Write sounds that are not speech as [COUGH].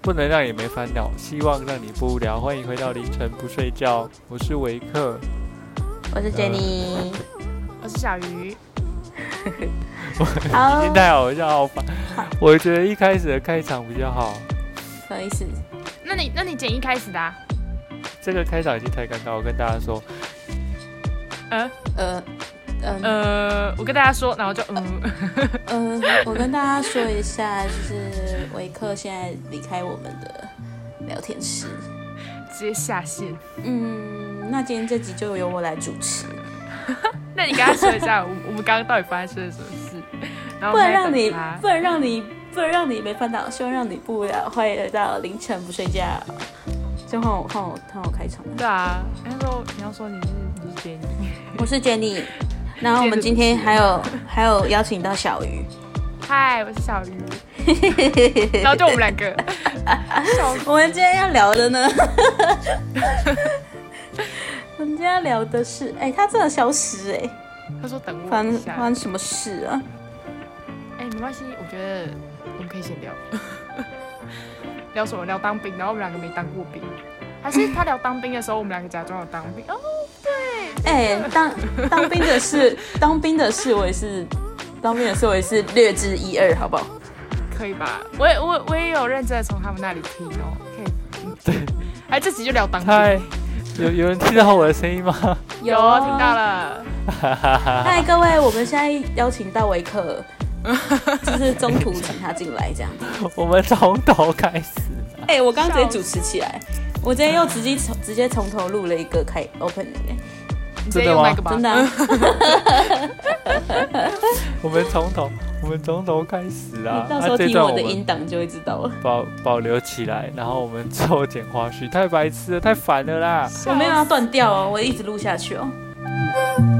不能让你没烦恼，希望让你不无聊。欢迎回到凌晨不睡觉，我是维克。我嗯是 [LAUGHS] Jenny，我是小鱼，好哦今天太好笑，好烦。我觉得一开始的开场比较好，不好意思，那你那你剪一开始的、啊，这个开场已经太尴尬。我跟大家说，呃呃嗯呃呃，我跟大家说，然后就嗯， [LAUGHS] 我跟大家说一下，就是维克现在离开我们的聊天室，直接下线。嗯，那今天这集就由我来主持，那你跟他说一 [LAUGHS] 下，我我们刚刚到底发生了什么事，然后不我能们在让等你他不能让你不能让你没烦恼，希望让你不无聊。欢迎来到凌晨不睡觉，就换我换我换我开场了，对啊，他说你要说你是你是 Jenny，我是 Jenny，然后我们今天还有还有邀请到小鱼，嗨，我是小鱼， [LAUGHS] 然后就我们两个，小我们今天要聊的呢， [LAUGHS] 我们今天要聊的是，哎、他真的消失哎、他说等我发一生下发，生什么事啊？哎、没关系，我觉得我们可以先聊， [LAUGHS] 聊什么？聊当兵，然后我们两个没当过兵，还是他聊当兵的时候，我们两个假装有当兵哦。哎、当当兵的事，当兵的事我也是，当兵的事我也是略知一二，好不好？可以吧？我也我我也有认真的从他们那里听哦，可以。哎，这集就聊当兵，太有有人听到我的声音吗？ [LAUGHS] 有哦听到。了，哈哈哈。嗨，各位，我们现在邀请到维克，就是中途请他进来这样子。我们从头开始。哎、我刚刚直接主持起来，我今天又直接从直接从头录了一个开 opening，、你直真的接用吗那个吧。嗯真的啊、我们从头，我们从头开始啊！你到时候啊这听段我我的们音档就会知道了。保保留起来，然后我们 [LAUGHS] 之后剪花絮，太白痴了，太烦了啦！啊我没有要断掉哦，我一直录下去哦。笑